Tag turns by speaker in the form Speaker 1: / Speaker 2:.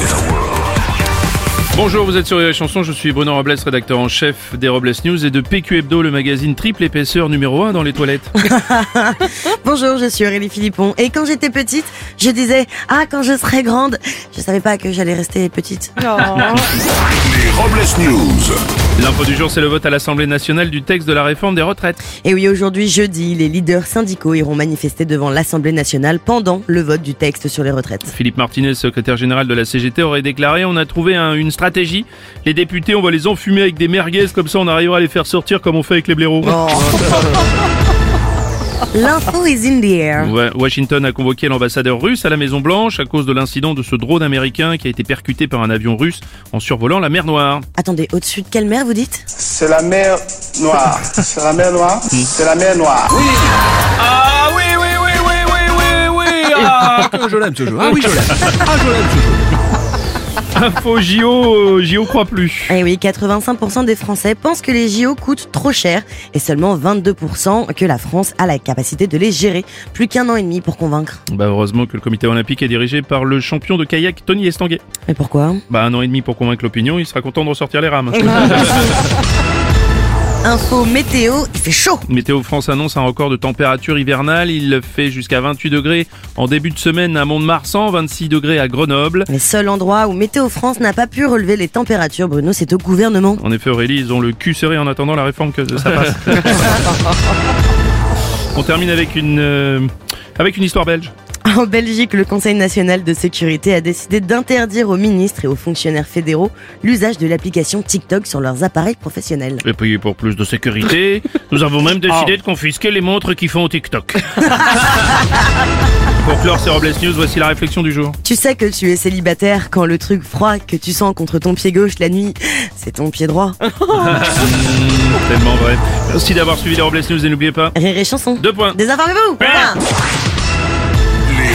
Speaker 1: in a world.
Speaker 2: Bonjour, vous êtes sur les chansons, je suis Bruno Robles, rédacteur en chef des Robles News et de PQ Hebdo, le magazine triple épaisseur numéro 1 dans les toilettes.
Speaker 3: Bonjour, je suis Aurélie Philippon. Et quand j'étais petite, je disais Ah, quand je serai grande, je savais pas que j'allais rester petite.
Speaker 1: Les Robles News.
Speaker 2: L'info du jour, c'est le vote à l'Assemblée nationale du texte de la réforme des retraites.
Speaker 3: Et oui, aujourd'hui, jeudi, les leaders syndicaux iront manifester devant l'Assemblée nationale pendant le vote du texte sur les retraites.
Speaker 2: Philippe Martinez, secrétaire général de la CGT, aurait déclaré On a trouvé un- une stratégie. Les députés, on va les enfumer avec des merguez, comme ça on arrivera à les faire sortir comme on fait avec les blaireaux.
Speaker 3: L'info is in the air.
Speaker 2: Wa- Washington a convoqué l'ambassadeur russe à la Maison Blanche à cause de l'incident de ce drone américain qui a été percuté par un avion russe en survolant la mer Noire.
Speaker 3: Attendez, au-dessus de quelle mer vous dites
Speaker 4: C'est la mer noire. C'est la mer noire. C'est la mer noire.
Speaker 2: Ah oui, oui, oui, oui, oui, oui, oui Ah,
Speaker 5: je l'aime ce jeu. Ah oui, je l'aime.
Speaker 2: Info JO, euh, JO croit plus.
Speaker 3: Eh oui, 85% des Français pensent que les JO coûtent trop cher et seulement 22% que la France a la capacité de les gérer. Plus qu'un an et demi pour convaincre.
Speaker 2: Bah heureusement que le comité olympique est dirigé par le champion de kayak Tony Estanguet.
Speaker 3: Mais pourquoi
Speaker 2: Bah un an et demi pour convaincre l'opinion, il sera content de ressortir les rames.
Speaker 3: Info météo, il fait chaud
Speaker 2: Météo France annonce un record de température hivernale, il fait jusqu'à 28 degrés en début de semaine à Mont-de-Marsan, 26 degrés à Grenoble.
Speaker 3: Le seul endroit où Météo France n'a pas pu relever les températures, Bruno, c'est au gouvernement.
Speaker 2: En effet Aurélie, ils ont le cul serré en attendant la réforme que ça passe. On termine avec une euh, avec une histoire belge.
Speaker 3: En Belgique, le Conseil national de sécurité a décidé d'interdire aux ministres et aux fonctionnaires fédéraux l'usage de l'application TikTok sur leurs appareils professionnels.
Speaker 2: Et puis pour plus de sécurité, nous avons même décidé de confisquer les montres qui font au TikTok. pour clore ces Robles News, voici la réflexion du jour.
Speaker 3: Tu sais que tu es célibataire quand le truc froid que tu sens contre ton pied gauche la nuit, c'est ton pied droit.
Speaker 2: Mmh, Tellement vrai. Merci d'avoir suivi les Robles News et n'oubliez pas,
Speaker 3: Rire et chanson.
Speaker 2: deux points.
Speaker 3: Désinformez-vous Voilà.
Speaker 1: Les